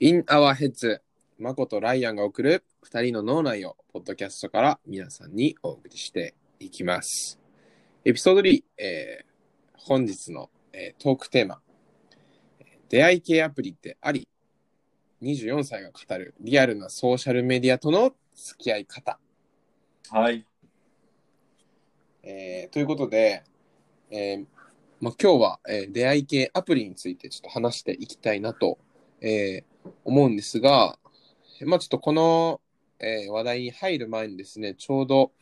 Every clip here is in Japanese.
In Our Heads マコとライアンが送る2人の脳内をポッドキャストから皆さんにお送りしていきますエピソード3、えー本日の、えートークテーマ出会い系アプリってあり24歳が語るリアルなソーシャルメディアとの付き合い方、はい。えーということで、えーまあ、今日は、えー出会い系アプリについてちょっと話していきたいなと、えー思うんですが、まあ、ちょっとこの、えー話題に入る前にですねちょうど、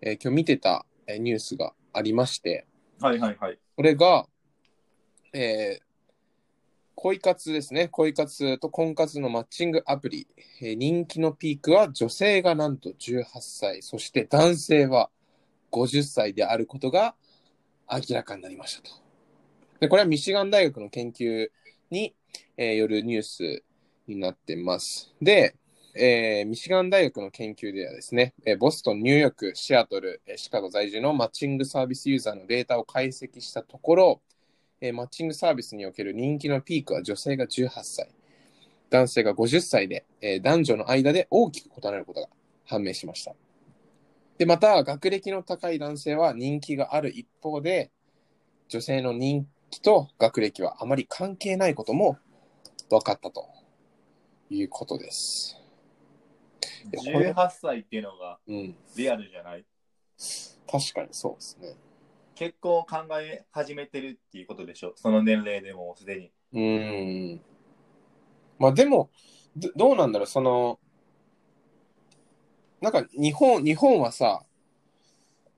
えー今日見てたえーニュースがありましてはいはいはい。これが、えー恋活ですね恋活と婚活のマッチングアプリ、えー人気のピークは女性がなんと18歳そして男性は50歳であることが明らかになりましたとでこれはミシガン大学の研究に、えーよるニュースになってますで、えーミシガン大学の研究ではですね、えーボストン、ニューヨーク、シアトル、えーシカゴ在住のマッチングサービスユーザーのデータを解析したところ、えーマッチングサービスにおける人気のピークは女性が18歳、男性が50歳で、えー男女の間で大きく異なることが判明しました。で、また、学歴の高い男性は人気がある一方で、女性の人気と学歴はあまり関係ないことも分かったということです。いやこれ18歳っていうのがうん、リアルじゃない確かにそうですね。結婚を考え始めてるっていうことでしょその年齢でもうすでに。うーん。まあでも、どどうなんだろう、その、なんか日本、日本はさ、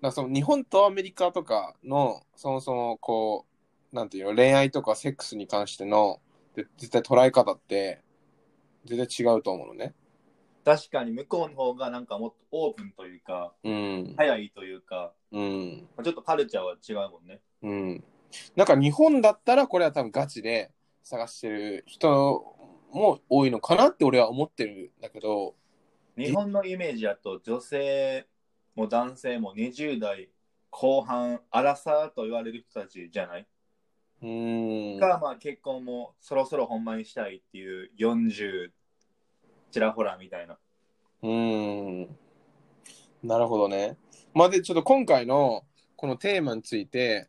なんかその日本とアメリカとかの、そもそもこう、なんていうの、恋愛とかセックスに関しての、で絶対捉え方って、絶対違うと思うのね。確かに向こうの方がなんかもっとオープンというか、うん。早いというか、うん。まあちょっとカルチャーは違うもんね。うん。なんか日本だったらこれは多分ガチで探してる人も多いのかなって俺は思ってるんだけど、日本のイメージだと女性も男性も20代後半、アラサーと言われる人たちじゃない、うーん。が、まあ結婚もそろそろほんまにしたいっていう40ちらほらみたいな。うーん。なるほどね。まあ、で、ちょっと今回のこのテーマについて、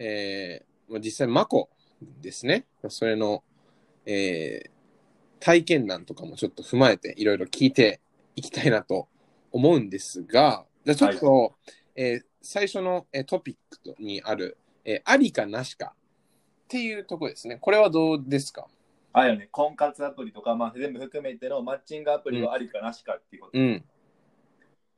えーまあ実際、マコですね。それの、えー体験談とかもちょっと踏まえて、いろいろ聞いていきたいなと思うんですが、じゃあちょっと、えー最初の、えートピックとにある、えーありかなしかっていうところですね。これはどうですかあれよね、婚活アプリとか、まあ、全部含めてのマッチングアプリはありかなしかっていうこと。うん、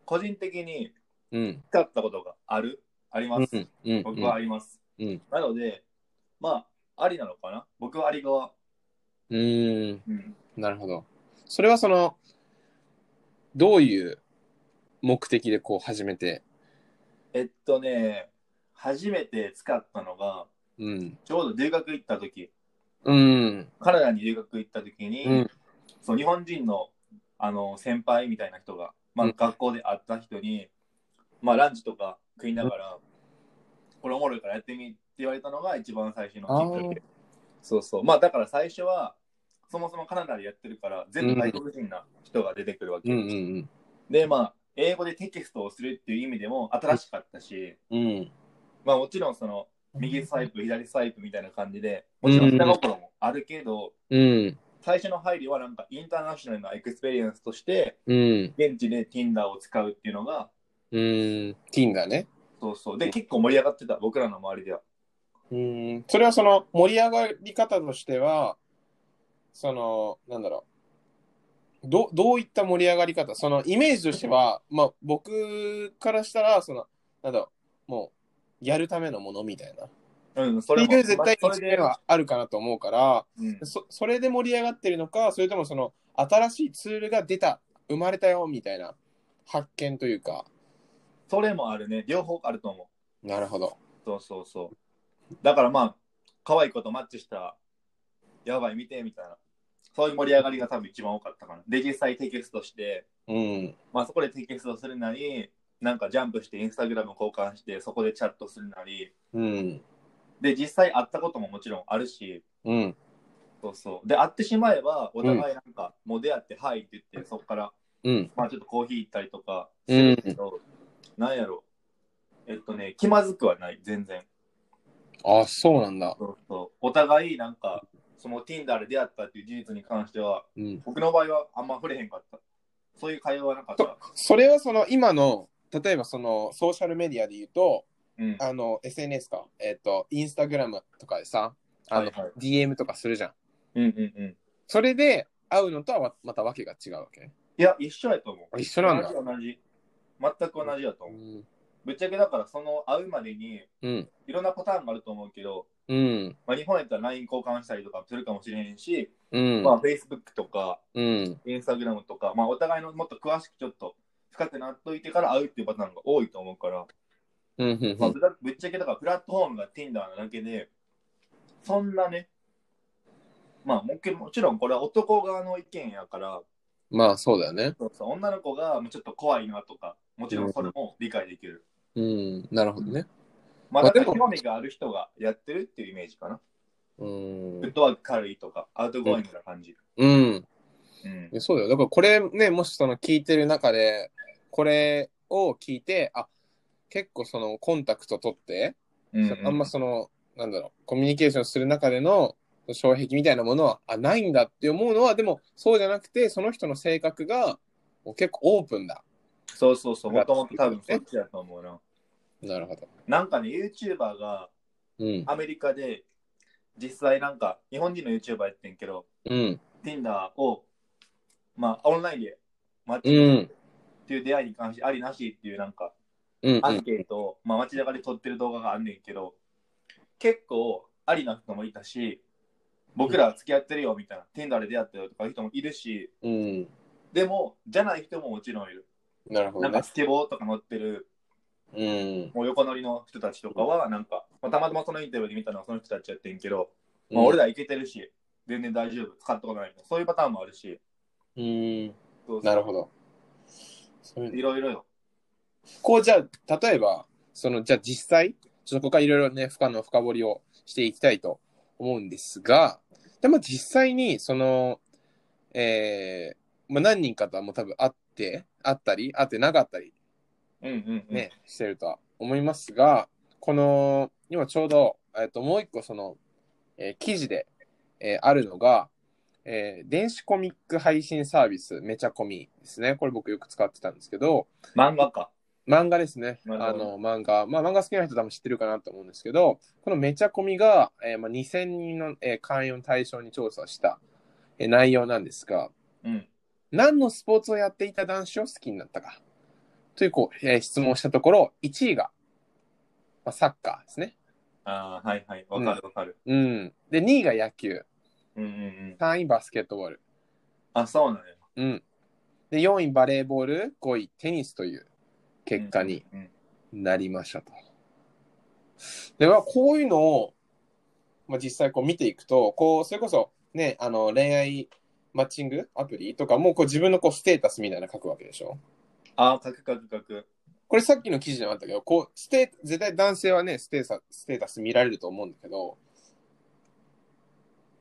個人的にうん、使ったことがあるありうまんす。、うん、僕はあります。うんなので、まあ、ありなのかな僕はあり側。うん。うん、なるほど。それはその、どういう目的でこう始めて、えっとね、初めて使ったのが、うん。ちょうど留学行った時、うん。カナダに留学行った時に、うんそう日本人のあの先輩みたいな人が、まあ、うん学校で会った人に、まあ、ランチとか食いながら、これおもろいからやってみって言われたのが一番最初のきっかけ。そうそう。まあだから最初は、そもそもカナダでやってるから、全部外国人な人が出てくるわけ。うんうんで、まあ、英語でテキストをするっていう意味でも新しかったし、うん。うん。まあもちろんその、右スワイプ、左スワイプみたいな感じで、もちろん下心もあるけど、うん。最初の入りはなんかインターナショナルなエクスペリエンスとして、うん。現地で Tinder を使うっていうのが、うん。Tinder ね。そうそう。で、結構盛り上がってた、僕らの周りでは。うん。それはその盛り上がり方としては、その、なんだろう。どどういった盛り上がり方そのイメージとしては、まあ僕からしたら、その、なんだろう、もう、やるためのものみたいな。うん、そそれれも。いう絶対まあにそ違れいで、はあるかなと思うから、うん、そそれで盛り上がってるのか、それともその新しいツールが出た、生まれたよみたいな発見というか、それもあるね。両方あると思う。なるほど。そうそうそう。だからまあ、可愛い子とマッチした、やばい見てみたいな。そういう盛り上がりが多分一番多かったかな。で、実際テキストして、うん、まあそこでテキストするなり、なんかジャンプしてインスタグラム交換して、そこでチャットするなり、うん。で、実際会ったことももちろんあるし、うん。そうそう。で、会ってしまえば、お互いなんか、もう出会って、はいって言って、そこから、うん。まあちょっとコーヒー行ったりとかするけど、なんやろう。えっとね、気まずくはない、全然。あ、そうなんだ。そうそう。お互い、なんか、その Tinder で出会ったっていう事実に関しては、うん。僕の場合はあんま触れへんかった。そういう会話はなかった。それはその今の、例えばそのソーシャルメディアで言うと、うん。あの、SNS か、えっ、と、インスタグラムとかでさ、あの、はいはい DM とかするじゃん。うんうんうん。それで会うのとはわまたわけが違うわけ。いや、一緒やと思う。あ一緒なんだ同じ同じ。全く同じやとう思う。ん。ぶっちゃけだから、その会うまでに、うん。いろんなパターンがあると思うけど、うん。まあ、日本やったら LINE 交換したりとかするかもしれへんし、うん。まあ、Facebook とかうん。 Instagram とか、まあ、お互いのもっと詳しくちょっと深くなっといてから会うっていうパターンが多いと思うから、うん。うんまあ、ぶだぶっちゃけだからプラットフォームが Tinder なだけで、そんなね、まあもっけもちろんこれは男側の意見やから、まあ、そうだよね。そうそう女の子がもうちょっと怖いなとか、もちろんそれも理解できる。うん。なるほどね。ままあ、だあでかもら興味がある人がやってるっていうイメージかな。うんフッ。トワーク軽いとか、アウトゴーイングな感じ。うん。うんい。やそうだよ。だからこれね、もしその聞いてる中で、これを聞いて、あ、結構そのコンタクト取って、うんあんまその、なんだろう、コミュニケーションする中での障壁みたいなものは、あ、ないんだって思うのは、でもそうじゃなくて、その人の性格がもう結構オープンだ。そうそうそう、もともと多分そっちだと思うな。なるほど。なんかね、YouTuber がうん。アメリカで実際なんか日本人の YouTuber やってんけど、うん。 Tinder を、まあ、オンラインでマッうチん。っていう出会いに関してありなしっていうなんかうん。アンケートを、まあ、街中で撮ってる動画があんねんけど結構ありな人もいたし僕ら付き合ってるよみたいな Tinder で出会ったよとかいう人もいるしうん。でもじゃない人ももちろんいるなるほどなんかね。スケボーとか乗ってるうん。もう横乗りの人たちとかはなんか、まあ、たまたまそのインタビューで見たのはその人たちやってんけど、まあ、俺だ。らいけてるし全然大丈夫使ったことないみたいなそういうパターンもあるしうん。そうそうなるほど。そういういろいろよこうじゃあ例えばそのじゃあ実際ちょっとここからいろいろね深の深掘りをしていきたいと思うんですがでも実際にそのえーまあ、何人かとはもう多分会って会ったり会ってなかったりうんうんうん、ね、してるとは思いますがこの今ちょうど、えっともう一個その、えー記事で、えーあるのが、えー電子コミック配信サービスめちゃコミですねこれ僕よく使ってたんですけど、漫画か漫画ですね。なあるほの、ど漫画。まあ、漫画好きな人多分知ってるかなと思うんですけど、このめちゃコミが、えーまあ、2000人の、えー会員を対象に調査した、えー内容なんですが、うん何のスポーツをやっていた男子を好きになったかというこう、えー質問をしたところ、1位が、まあ、サッカーですね。ああ、はいはい。わかるわかる。うん。で、2位が野球。うんうんうん。 3位バスケットボール。あ、そうなのよ。うん。で、4位バレーボール。5位テニスという結果にうんうんなりましたと。ではこういうのを、まあ、実際こう見ていくとこうそれこそ、ね、あの恋愛マッチングアプリとかもこう自分のこうステータスみたいなの書くわけでしょあー、書く書く書く。これさっきの記事でもあったけどこうステ絶対男性はねステータステータス見られると思うんだけど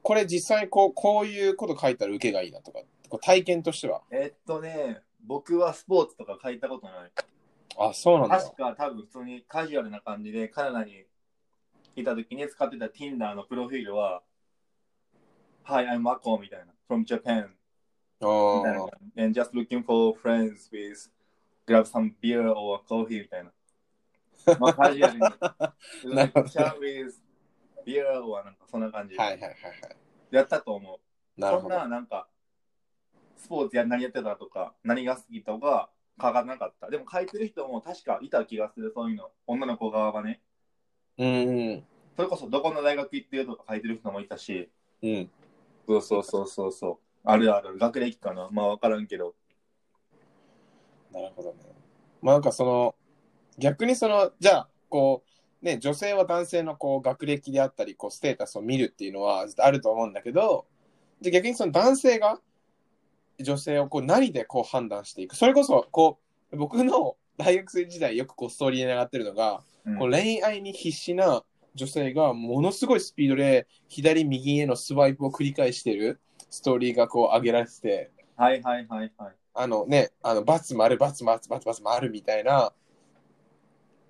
これ実際こうこういうこと書いたら受けがいいなとかこう体験としてはえーっとね、僕はスポーツとか書いたことない。あそうなんだ確か多分普通にカジュアルな感じでカナダにいた時に使ってた Tinder のプロフィールは、Hi, I'm Mako みたいな。from Japan あみたいなー。 and just looking for friends with grab some beer or coffee みたいな。まあカジュアル に。なるほど Share with beer or なんかそんな感じ。はいはいはいはい。やったと思う。なるそほんど。な、なんか、スポーツや何やってたとか、何が好きとか、書かなかった。でも書いてる人も確かいた気がする、そういうの。女の子側はね。うんうん。それこそどこの大学行ってるとか書いてる人もいたし。うん。そうそうそうそうそう。あるある、学歴かな。まあ分からんけど。なるほどね。まあなんかその、逆にその、じゃあ、こう、ね、女性は男性のこう学歴であったり、こうステータスを見るっていうのはあると思うんだけど、じゃあ逆にその男性が女性をこう何でこう判断していく。それこそ、こう、僕の大学生時代よくこうストーリーに上がってるのが、うんこう恋愛に必死な女性がものすごいスピードで左右へのスワイプを繰り返してるストーリーがこう上げられてて、はいはいはいはい。あのね、あの、バツ丸、バツバツバツバツ丸みたいな、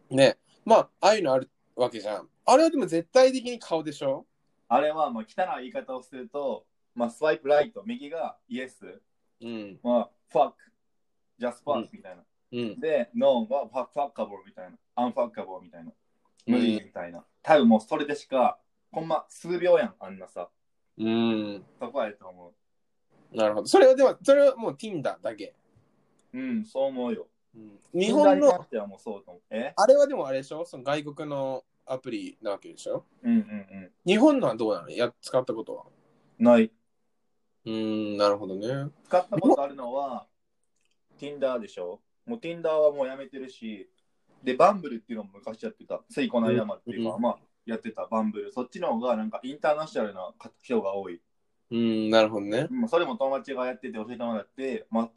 ね、まあ、ああいうのあるわけじゃん。あれはでも絶対的に顔でしょあれは、まあ、汚い言い方をすると、まあ、スワイプライト、右がイエス、うん、まあ、ファック、ジャスフうァッんクみたいな。うん、で、ノーはファックファッカボーみたいな。アンファッカボーみたいな。無理みたいな。多分もうそれでしか、ほんま数秒やん、あんなさ。うん、そこやと思なるほど。それはでも、それはもう Tinder だけ。う。うん、そう思うよ。日本にの関してはもうそうと思う。えあれはでもあれでしょその外国のアプリなわけでしょうんうんう日本のはどうなのや使ったことは。ん。ない。うーん、なるほどね。使ったことあるのは、Tinder でしょもう Tinder はもうやめてるし、で、バンブルっていうのも昔やってた。ついこの間までっていうか、うんまあ、やってた、バンブル。そっちの方がなんかインターナショナルな人が多い。うーん、なるほどね。まあそれも友達がやってて教えてもらって、まあ、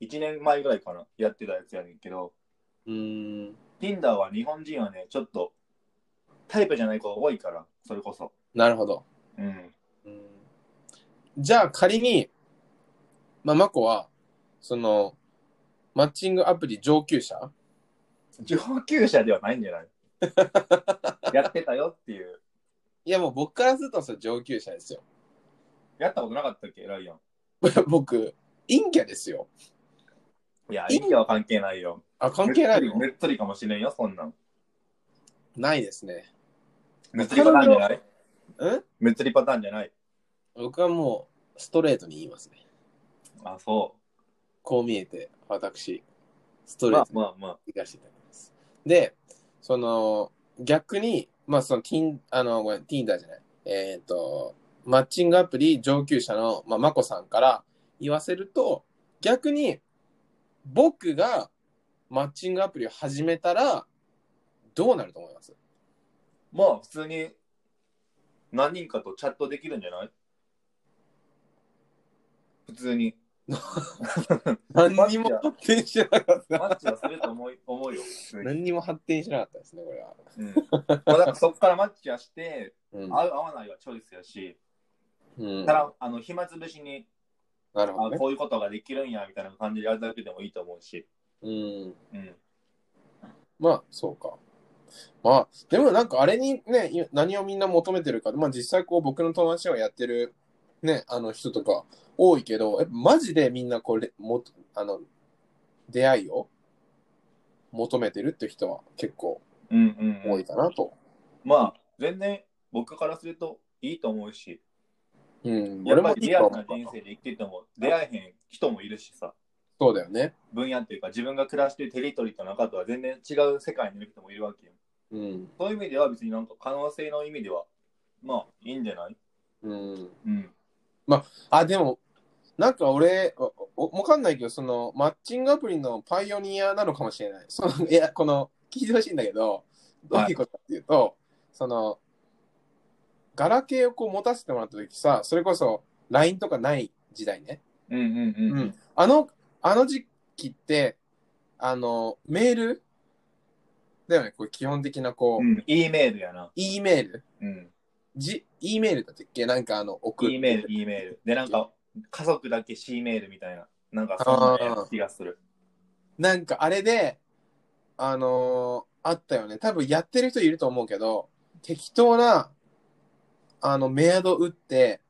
1年前ぐらいかな、やってたやつやねんけど、うーん。 Tinder は日本人はね、ちょっとタイプじゃない子が多いから、それこそ。なるほど。うん。うんじゃあ仮に、まあ、マコは、その、マッチングアプリ上級者上級者ではないんじゃないやってたよっていう。いや、もう僕からするとそれ上級者ですよ。 やったことなかったっけ、ライオン。僕、陰キャですよ。いや、意味は関係ないよ。あ、関係ないねっとりのねっとりかもしれんよ、そんなん。ないですね。ねっとりパターンじゃないうんねっとりパターンじゃない。僕はもう、ストレートに言いますね。あ、そこう見えて、私、スう。トレーまあトまあまあ。行かせていただきます。で、その、逆に、まあ、その、ティン、あの、ごめん、ティンダーじゃない。えっ、と、マッチングアプリ上級者の、まあ、マコさんから言わせると、逆に、僕がマッチングアプリを始めたら、どうなると思いますまあ、普通に何人かとチャットできるんじゃない普通に。何マッにチもは発展しなかっ マた。ッチはすると思い思うよ。普通に何にも発展しなかったですね、これは。うんまあ、だからそこからマッチはして、うん合う合わないはチョイスやし、うん、ただあの暇つぶしになるほあどね。こういうことができるんやみたいな感じでやるだけでもいいと思うし。うん。うん、まあ、そうか。まあ、でもなんかあれにね、い何をみんな求めてるか、まあ実際こう僕の友達がやってるね、あの人とか多いけど、やっぱマジでみんなこれ、もとあの、出会いを求めてるって人は結構うん、うんうん多いかなと。まあ、全然僕からするといいと思うし、うん、や俺っぱもりいいリアとル思なう人生で生きてても出会えへん人もいるしさ、そうだよね。分野っていうか自分が暮らしてるテリトリーと中とは全然違う世界にいる人もいるわけよ。うん。そういう意味では別になんか可能性の意味では、まあいいんじゃないうん。うん。あ、でも、なんか俺、わわわかんないけど、その、マッチングアプリのパイオニアなのかもしれない。 その、いや、この、聞いてほしいんだけど、どういうことかっていうと、その、ガラケーをこう持たせてもらった時さ、それこそ LINE とかない時代ね。うんうんうんうん。あの、あの時期って、あの、メールだよね、こう基本的なこうう、ん、E メールやな。 E メールうん。じ、E メールだったっけなんかあの、送 E メール、E メール。で、なんか、家族だけ C メールみたいな。なんか、そんな気がする。なんかあれで、あのーあったよね。多分やってる人いると思うけど、適当な、あの、メアド打って、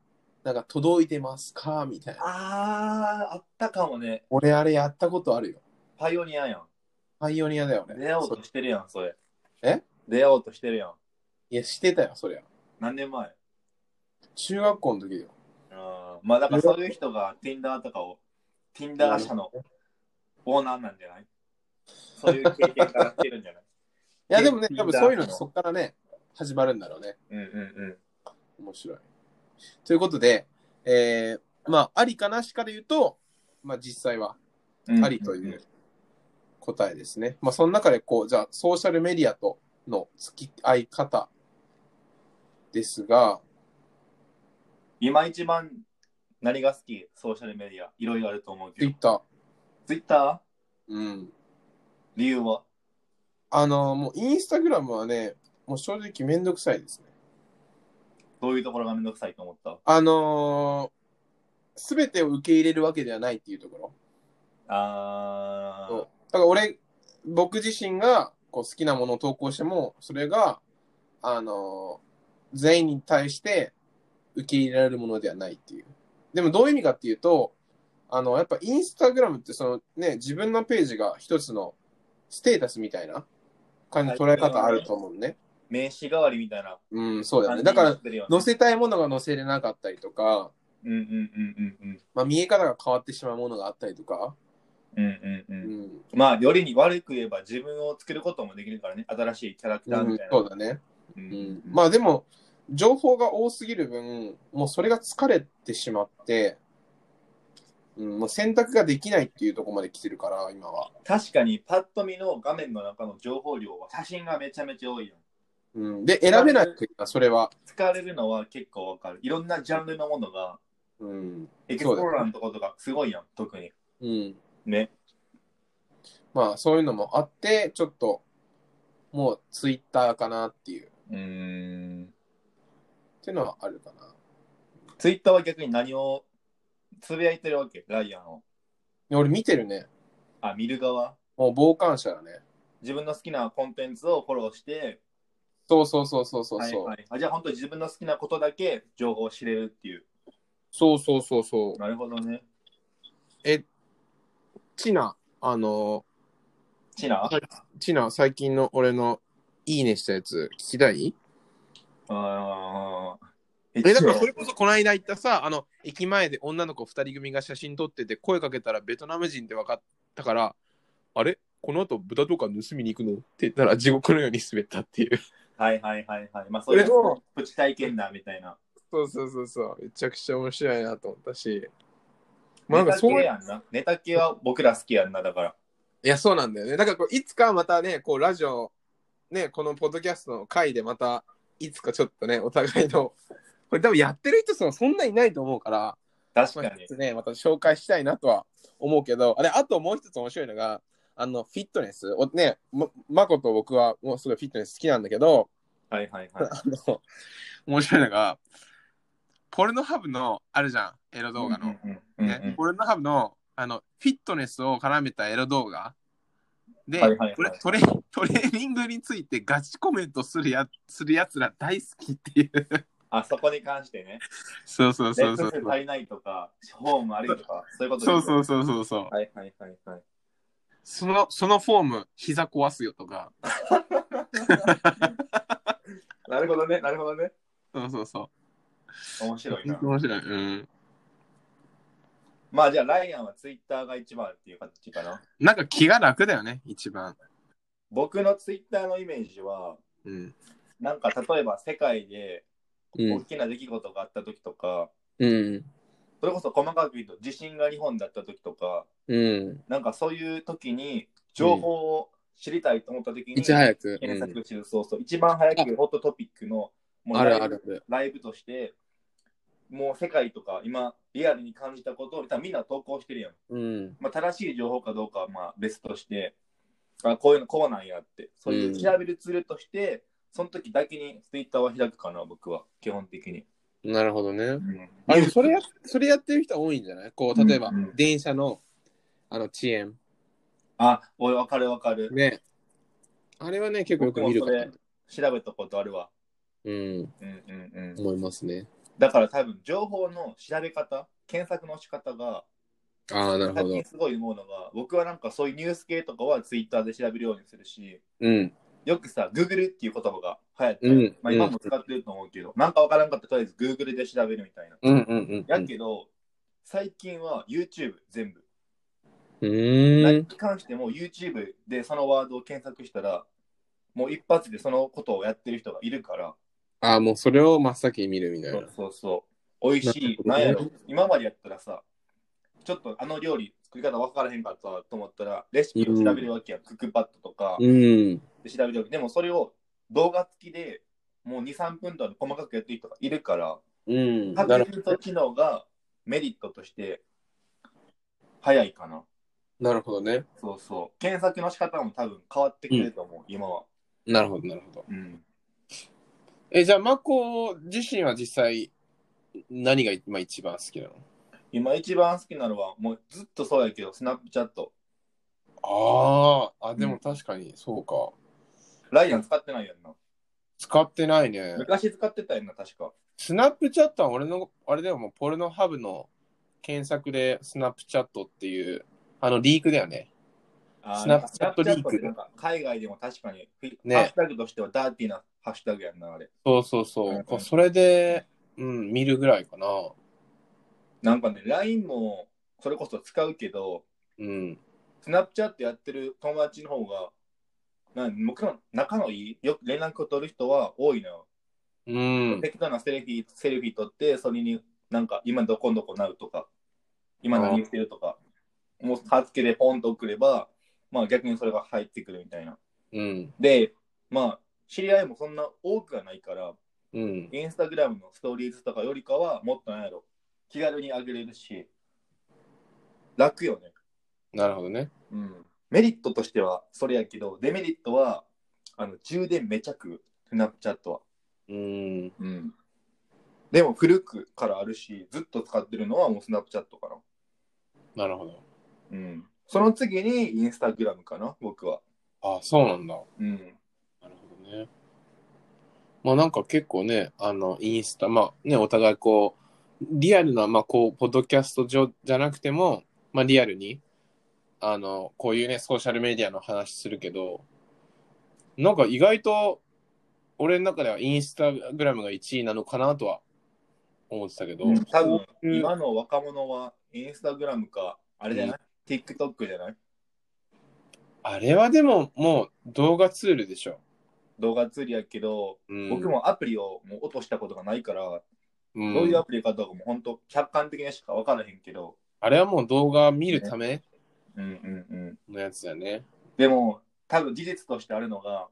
なんか届いてますかみたいな。あー、あったかもね。俺あれやったことあるよ。パイオニアやん。パイオニアだよね。出会おうそうとしてるやん、それ。え出会おうとしてるやん。いや、してたよ、そりゃ。何年前中学校の時だよ。うん。まあ、だからそういう人が Tinder とかを、Tinder 社のオーナーなんじゃないそういう経験から来てるんじ ゃないいや、でもね、いや多分そういうのってそっからね、始まるんだろうね。うんうんうん。面白い。ということで、えー、まあ、ありかなしかで言うと、まあ実際はありという答えですね。まあ、その中で、こう、じゃあ、ソーシャルメディアとの付き合い方ですが、今一番何が好きソーシャルメディアいろいろあると思うけど Twitter。 Twitter? うん。理由はあの、もうインスタグラムはね、もう正直めんどくさいですね。どういうところがめんどくさいと思ったあのー、すべてを受け入れるわけではないっていうところ。あそうーだから俺、僕自身がこう好きなものを投稿しても、それが、あのー全員に対して受け入れられるものではないっていう。でもどういう意味かっていうと、あの、やっぱインスタグラムってそのね、自分のページが一つのステータスみたいな感じの捉え方あると思うね。名刺代わりみたいなうん、そうだ感ね。じだにかならっ、てるよね。載せたいものが載せれなかったりとか、うんうんうんうんまあ、見え方が変わってしまうものがあったりとか、うん。うんうんううん。ん、まあ、よりに悪く言えば自分を作ることもできるからね。新しいキャラクターうんみたいな。そうだね。うんううんんうんまあでも、情報が多すぎる分、もうそれが疲れてしまって、うん、もう選択ができないっていうところまで来てるから、今は。確かにパッと見の画面の中の情報量は写真がめちゃめちゃ多いよ。うん、で、選べなくな、それは。疲れるのは結構わかる。いろんなジャンルのものが、うん。エクスプローラーのとことかすごいやん、特に。うん。ね。まあそういうのもあって、ちょっと、もうツイッターかなっていう、っうーん。ていうのはあるかな。ツイッターは逆に何をつぶやいてるわけライアンを。で俺見てるね。あ、見る側。もう傍観者だね。自分の好きなコンテンツをフォローして、そうそうそうそうそうそう。はいはい、あじゃあ本当に自分の好きなことだけ情報を知れるっていう。そうそうそうそう。なるほどね。チナ、あの、ちな、はいチナ、最近の俺のいいねしたやつ、聞きたいああ。ええ、だからそれこそこの間言ったさ、あの、駅前で女の子2人組が写真撮ってて、声かけたらベトナム人って分かったから、あれこの後豚とか盗みに行くのって言ったら地獄のように滑ったっていう。はいはいはいはい。まあそういう俺もプチ体験だみたいな。そうそうそうそう。めちゃくちゃ面白いなと思ったし。まあネなんかタそ系ういう。やんな。ネタ系は僕ら好きやんな、だから。いや、そうなんだよね。だからこういつかまたね、こうラジオ、ね、このポッドキャストの回でまた、いつかちょっとね、お互いの、 これ多分やってる人そのそんなにいないと思うから、確まかあ、に一。つね、また紹介したいなとは思うけど、あれ、あともう一つ面白いのが、あの、フィットネス。おね、ま、まこと僕はもうすごいフィットネス好きなんだけど、はいはい はい。あの、面白いのが、ポルノハブの、あるじゃん、エロ動画の。うんうんうんうんね、ポルノハブの、あの、フィットネスを絡めたエロ動画。で、はいはいはいトレトレトレーニングについてガチコメントするやするやつら大好きっていう。 あそこに関してね。そうそうレそうッそクう。ス足りないとか、ホームあるとか、そういうこと。そうそううそうそうそう。はいはいはいはい。その、そのフォーム、膝壊すよとか。なるほどね、なるほどね。そうそうそ。面白いうな。面白い。うん。まあじゃあ、ライアンはツイッターが一番っていう形かな。なんか気が楽だよね、一番。僕のツイッターのイメージは、うん。なんか例えば世界でう大ん。きな出来事があった時とか、うん。それこそ細かく言うと地震が日本だった時とか、うん。なんかそういう時に情報を知りたいと思った時に、いち早く。う検ん、索してる、そうそう、一番早くホットトピックのもうあラるイブあるある。ライブとして、もう世界とか今リアルに感じたことを多分みんな投稿してるやん。うん。まあ、正しい情報かどうかはまあ別として、あこういうのこうなんやって、そういう調べるツールとして、その時だけにツイッターは開くかな、僕は、基本的に。なるほどね。うんあでもそれや、それやってる人多いんじゃないこう、例えばうんうん、電車の、あの、遅延。あ、俺わかるわかる。ね。あれはね、結構よく僕も見るそかれら。調べたことあるわ。うん。うんうんうん。思いますね。だから多分情報の調べ方、検索の仕方が、ああ、なるほ最ど近。すごい思うのが、僕はなんかそういうニュース系とかはツイッターで調べるようにするし、うん。よくさ、Google っていう言葉が流行って、うんまあ、今も使ってると思うけど、なんかわからんかったらとりあえず Google で調べるみたいな。うんうんうん。やけど、最近は YouTube 全部。う何ーにん。関しても YouTube でそのワードを検索したら、もう一発でそのことをやってる人がいるから、ああ、もうそれを真っ先に見るみたいそなう。そうそう。美味しい。ななんやるほどねろ。今までやったらさ、ちょっとあの料理作り方分からへんかったと思ったら、レシピを調べるわけや。クックパッドとかうん。で調べるわけ。でもそれを動画付きでもう2、3分間で細かくやってる人がいるから、うん。タブなレるッほどト。機能がメリットとして早いかな。なるほどね。そうそう。検索の仕方も多分変わってくれると思う、今は。なるほど、なるほど。うん。え、じゃあ、マコ自身は実際、何が今一番好きなの今一番好きなのは、もうずっとそうやけど、スナップチャット。ああ、あ、でも確かに、そうか。ライアン使ってないやんな。使ってないね。昔使ってたやんな、確か。スナップチャットは俺の、あれだよ、もうポルノハブの検索でスナップチャットっていう、あのリークだよね。あースナップチャットリークスナプチャってなんか海外でも確かに、ねハッシュタグとしてはダーティーなハッシュタグやんな、あれ。そうそうそう。うんうんそれで、うん、見るぐらいかな。なんかね、LINE もそれこそ使うけど、うん。スナップチャットやってる友達の方が、なん僕の仲のいい、よく連絡を取る人は多いのよ。うん。適当なセルフィー、セルフィー撮って、それになんか今どこどこなるとか、今何してるとか、もう貼っつけでポンと送れば、まあ逆にそれが入ってくるみたいな。うん。で、まあ知り合いもそんな多くはないから、うん。インスタグラムのストーリーズとかよりかはもっとなんやろ、気軽にあげれるし、楽よね。なるほどね。うん。メリットとしてはそれやけど、デメリットは、あの、充電めちゃく、スナップチャットは。うん。うん。でも古くからあるし、ずっと使ってるのはもうスナップチャットかな。なるほど。うん。その次にインスタグラムかな、僕は。あ、そうなんだ。うん。なるほどね。まあなんか結構ね、あの、インスタ、まあね、お互いこう、リアルな、まあこう、ポッドキャスト上じゃなくても、まあリアルに、あの、こういうね、ソーシャルメディアの話するけど、なんか意外と、俺の中ではインスタグラムが1位なのかなとは思ってたけど、多分、うん今の若者はインスタグラムか、あれじゃない、?TikTok じゃないあれはでももう動画ツールでしょ。動画ツールやけど、うん、僕もアプリをもう落としたことがないから、うん、どういうアプリかとかも本当客観的にしか分からへんけど、あれはもう動画見るためうんうんうん。のやつだね。でも、多分事実としてあるのが、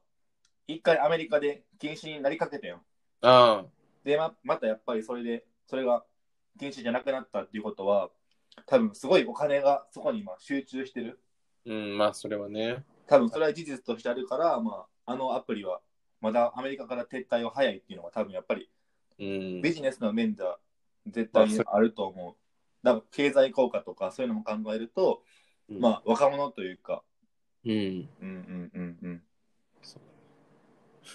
一回アメリカで禁止になりかけたよ。あでま、またやっぱりそれで、それが禁止じゃなくなったっていうことは、多分すごいお金がそこに今集中してる。あ、うん、まあそれはね。多分それは事実としてあるから、まあ、あのアプリはまだアメリカから撤退は早いっていうのが多分やっぱりうんビジネスの面では絶対にあると思う。だから経済効果とかそういうのも考えると、うんまあ若者というか、うん。うんうんうんうん。そう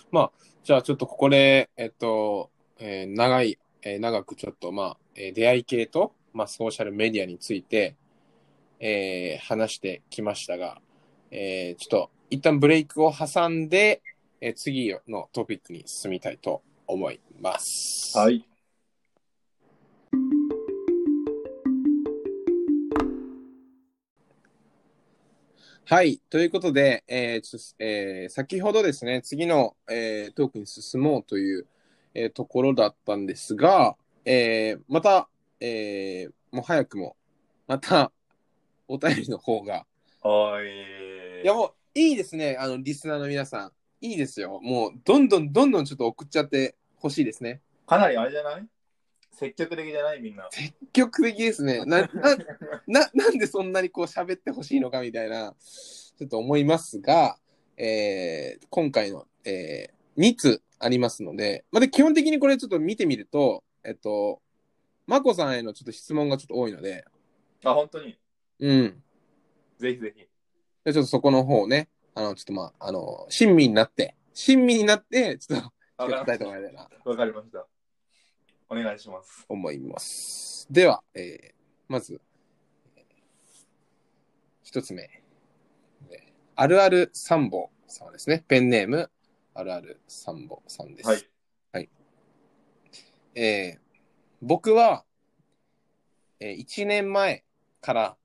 まあ、じゃあちょっとここで、えっと、えー長い、えー長くちょっと、まあ、えー出会い系と、まあ、ソーシャルメディアについて、えー話してきましたが、えーちょっと、一旦ブレイクを挟んで、えー次のトピックに進みたいと思います。。はいい。はい。ということで、えーちょっとえー先ほどですね、次の、えートークに進もうという、えーところだったんですが、えーまた、えーもう早くも、また、お便りの方が。はいいや、もう、いいですね、あの、リスナーの皆さん。いいですよ。もう、どんどんどんどんちょっと送っちゃってほしいですね。かなりあれじゃない積極的じゃないみんな。積極的ですね。な、な、な、なんでそんなにこう喋ってほしいのかみたいな、ちょっと思いますが、えー今回の、え2つありますので、まあで、基本的にこれちょっと見てみると、えっと、まこさんへのちょっと質問がちょっと多いので、あ、本当に。うん。ぜひぜひ。で、ちょっとそこの方をね、あの、ちょっとまあ、あの、親身になって、親身になって、ちょっと、わかりま答えしてたも。らえたらなわかりました。お願いします。思います。では、えーまず、一つ目。えーあるあるサンボ様ですね。ペンネーム、あるあるサンボさんです。はい。えー僕は、え1年前から、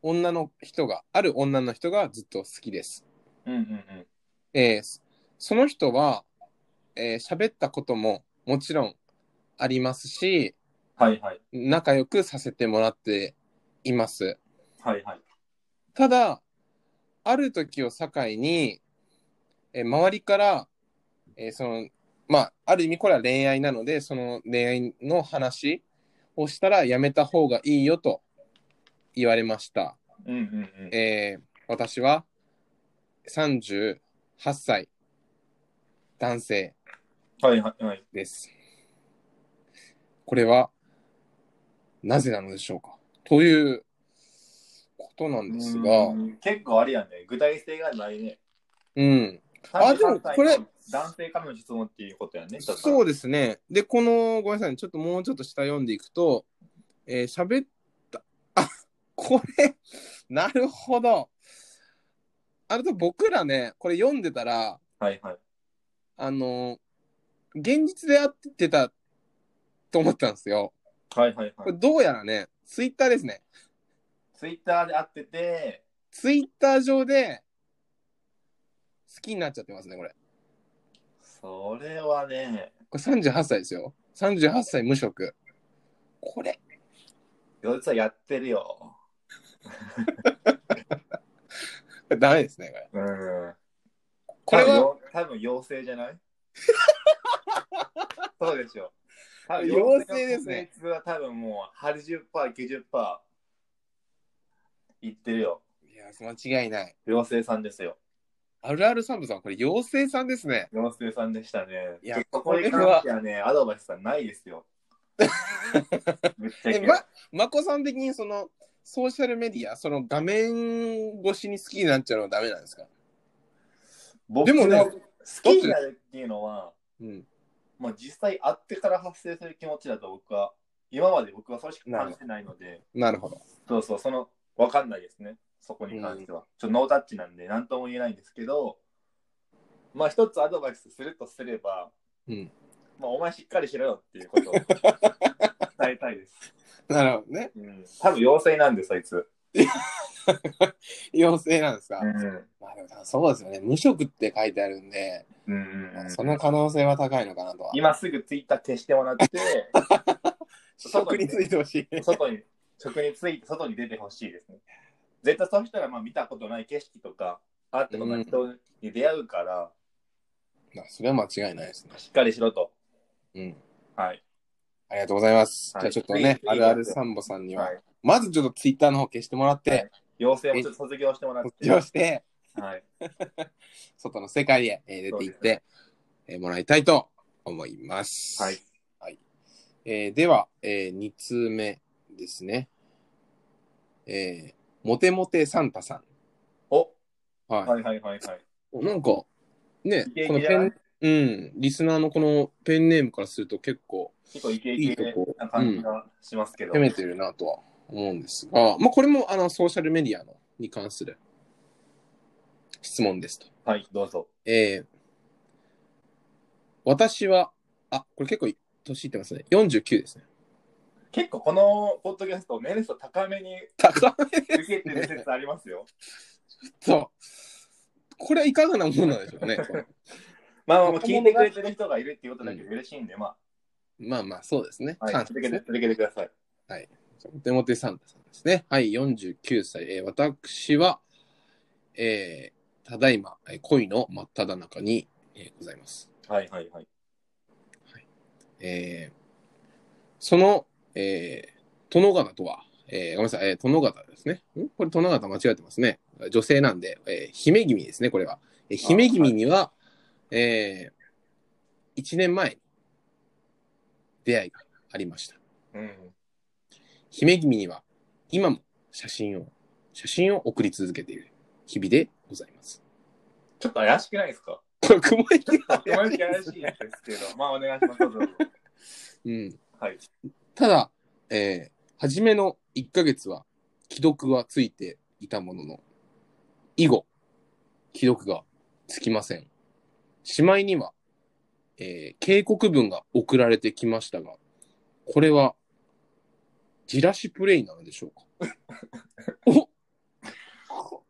女の人が、ある女の人がずっと好きです。うんうんうん。えーそその人は、えー喋ったことももちろんありますし、はいはい。仲良くさせてもらっています。はいはい。ただ、ある時を境に、えー周りから、えーその、まあ、ある意味これは恋愛なので、その恋愛の話をしたらやめた方がいいよと言われました。うんうんうん。えー私は38歳男性はいはいはい。です。これはなぜなのでしょうかということなんですが、ううんん結構あれやね。具体性がないね。あでも38歳のこれ男性からの質問っていうことやね。だからそうですね。で、この、ごめんなさい、ちょっともうちょっと下読んでいくと、えー、喋った、あこれ、なるほど。あれと僕らね、これ読んでたら、はいはい。あの、現実で会ってたと思ったんですよ。はいはいこはれい。どうやらね、ツイッターですね。ツイッターで会ってて、ツイッター上で、好きになっちゃってますね、これ。それはね、これ38歳ですよ。38歳無職。これ、実はやってるよ。ダメですね、これ。うん。これは、多分多分妖精じゃない そうでしょ。多分妖精ですね。妖精は多分もう80%、90%いってるよ。いや、間違いない。妖精さんですよ。あるあるサンブさん、これ妖精さんですね。妖精さんでしたね。いやちょっとこれに関してはね、アドバイスさんないです よ。めっちゃいえ、けま、まこさん的にその、ソーシャルメディア、その画面越しに好きになっちゃうのはダメなんですか僕でもね好きになるっていうのは、うん。まあ、実際会ってから発生する気持ちだと僕は、今まで僕はそれしか感じてないので、なるほど。そうそう、その、わかんないですね。そこに関しては。ちょっとノータッチなんで、なんとも言えないんですけど、まあ、一つアドバイスするとすれば、うん。まあ、お前しっかりしろよっていうことを 伝えたいです。なるほどね。うん。多分妖精なんで、そいつ。妖精なんですか、うん。まあでもそうですよね。無職って書いてあるんで、うんうんうんその可能性は高いのかなとは。今すぐツイッター消してもらって、職についてほしい。外に、職について外に出てほしいですね。絶対そうしたらまあ見たことない景色とか、会ったことない人に出会うから、まあそれは間違いないですね。しっかりしろと。うん。はい。ありがとうございます。はいじゃあちょっとね、次あるあるサンボさんには、はい、まずちょっとツイッターの方消してもらって、はい妖精もちょっと卒業してもらっ卒業て、して、はい。外の世界へえー出ていって、えーもらいたいと思います。はい。えーでは、え2通目ですね。えーモテモテサンタさおん。はい。はいはいはいはい。なんか、ねイケ、イこのケじペゃないン、うん、リスナーのこのペンネームからすると結構結構イケイケな感じがしますけど。攻めてるなとは思うんですが、まあ、これもあのソーシャルメディアのに関する質問ですと。はい、どうぞ。えー私は、あ、これ結構年いってますね。49ですね。結構このポッドキャスト、年齢層高めに 高め受けてる説ありますよ。と、これはいかがなものなんでしょ うかね。まあまあまあ、聞いてくれてる人がいるっていうことだけで嬉しいんで、ままあまあ、そうですね。あ、はい、感謝続でけすてね。続けてください。モテモテサンタさんですね。はい、49歳。えー私は、えーただいま、えー恋の真っ只中に、えーございます。はいはいはい。えーその、えー殿方とは、えーごめんなさい、えー殿方ですね。んこれ殿方間違えてますね。女性なんで、えー姫君ですね、これは。えー姫君には、え1年前に出会いがありました。うん。姫君には今も写真を、写真を送り続けている日々でございます。ちょっと怪しくないですかこれ、雲行きが怪しいですけ ど、まあお願いします。どうぞどうぞうん。はい。ただ、えー初めの1ヶ月は既読はついていたものの、以後、既読がつきません。しまいには、えー警告文が送られてきましたが、これは、じらしプレイなのでしょうかおこ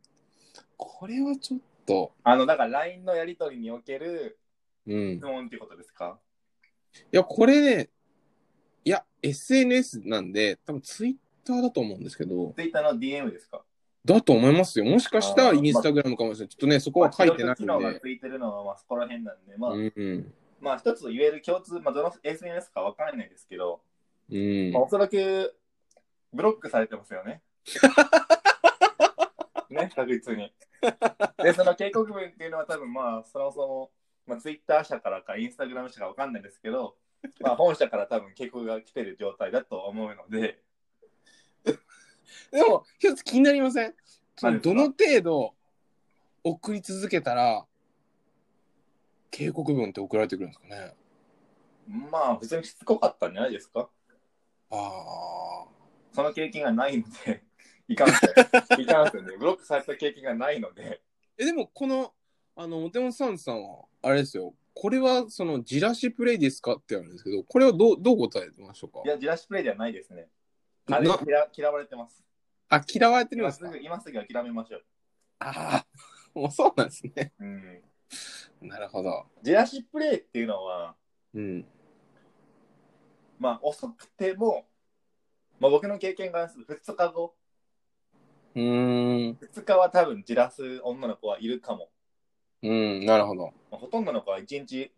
これはちょっと、あの、だから LINE のやりとりにおけるうん質。問っていうことですかいや、これね、いや、SNS なんで、多分ツイッターだと思うんですけど、 ?Twitter の DM ですかだと思いますよ。もしかしたらあーインスタグラムかもしれない。ちょっとね、そこは書いてないん機能がで。ついてるのは、まあそこら辺なんで、まあ、うんうん。まあ一つ言える共通、まあどの SNS かわからないですけど、うん まあ、おそらくブロックされてますよね。ね、確実に。で、その警告文っていうのは多分まあ、そもそも、まあ、ツイッター社からか、インスタグラム社かわかんないですけど、まあ、本社から多分警告が来てる状態だと思うので、でも、一つ気になりませんそ何のですどかの程度送り続けたら、警告文って送られてくるんですかね。まあ、普通にしつこかったんじゃないですかあその経験がないので、いかんせん。いかんせんね。ブロックされた経験がないので、え、でも、この、あの、モテモテサウンズさんは、あれですよ。これは、その、じらしプレイですかってあるんですけど、これはどう、どう答えてましょういかや、ジラシプレイではないですね。あれな嫌嫌われてます。あ、嫌われてるん今ですすかぐ今すぐ諦めましょう。ああ、 もうそうなんですね。うん。なるほど。ジラシプレイっていうのは、うん。まあ、遅くても、まあ、僕の経験からすると2日後、うーん。 2日は多分じらす女の子はいるかも。うん、なるほど。まあ、ほとんどの子は1日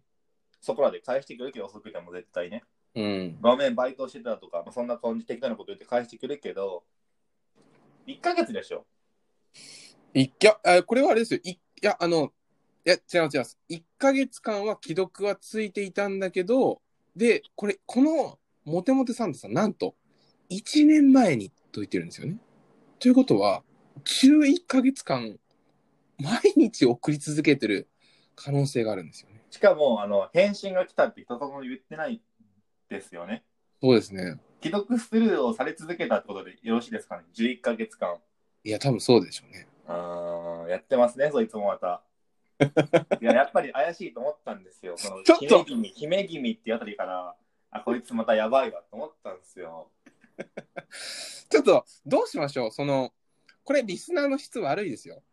そこらで返してくるけど、遅くても絶対ね。うん。場面バイトしてたとか、まあ、そんな感じ適当なこと言って返してくるけど、1ヶ月でしょ。いや、あこれはあれですよ。いいや、あの、いや、違う違う。1ヶ月間は既読はついていたんだけど、で、これ、この、モテモテサンタさん、なんと、1年前にと言ってるんですよね。ということは、11ヶ月間、毎日送り続けてる可能性があるんですよね。しかも、あの、返信が来たって一つも言ってないですよね。そうですね。既読スルーをされ続けたってことでよろしいですかね。11ヶ月間。いや、多分そうでしょうね。あーやってますね、そいつも また。いや、やっぱり怪しいと思ったんですよ。そのちょっ姫と君、姫君ってあたりから、あ、こいつまたやばいわと思ったんで すよ。ちょっと、どうしましょうその、これ、リスナーの質悪いですよ。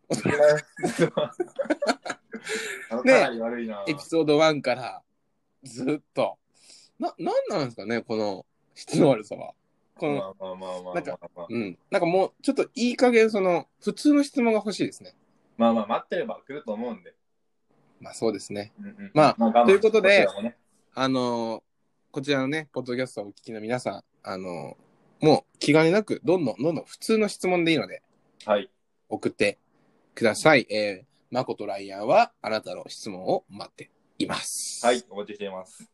あのねかなり悪いな。エピソード1からずっと。な、なんなんですかね、この質の悪さは。この、まあまあまあまあまあなんかまあうん。なんかもう、ちょっといい加減、その、普通の質問が欲しいですね。まあまあ、待ってれば来ると思うんで。まあそうですね。うんうんまあ我慢してということでこちらもねあのーこちらのね、ポッドキャストをお聞きの皆さん、あのーもう気兼ねなく、どんどんどんどん普通の質問でいいので、はい。送ってください。えー、マコとライアンは、あなたの質問を待っています。はい、お待ちしています。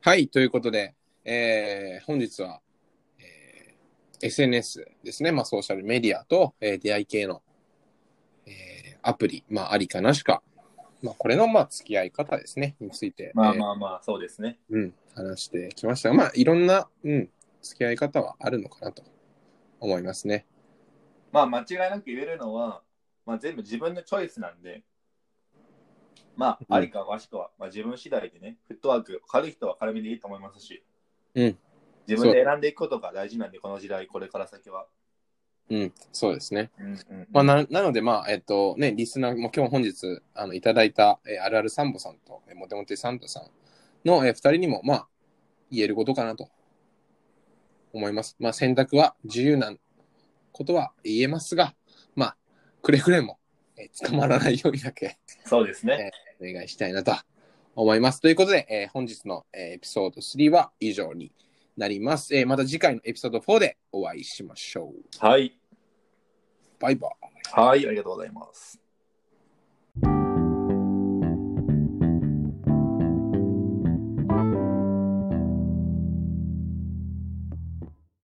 はい、ということで、えー本日は、えー SNS ですね、まあ、ソーシャルメディアと、えー出会い系の、えーアプリ、まあ、ありかなしか、まあ、これの、まあ、付き合い方ですね、について、まあえーまあまあ、そうですね。うん、話してきましたが、まあ、いろんな、うん、付き合い方はあるのかなと思いますね。まあ、間違いなく言えるのは、まあ、全部自分のチョイスなんで、まうんあ、ありかわしかは、まあ、自分次第でね、フットワーク、軽い人は軽めでいいと思いますし、うん自分で選んでいくことが大事なんで、この時代、これから先は。うん、そうですね。うんうんまあ、ななので、まあ、えっとね、リスナーも今日本日あのいただいた、えーあるあるサンボさんと、えーモテモテサンタさんの、えー、2人にも、まあ、言えることかなと思います。まあ、選択は自由なことは言えますが、まあ、くれぐれも、えー捕まらないようにだけそうですね。お願いしたいなと思います。ということで、えー本日の、えーエピソード3は以上になります、えーまた次回のエピソード4でお会いしましょう。はい。バイバイ。はい、ありがとうございます。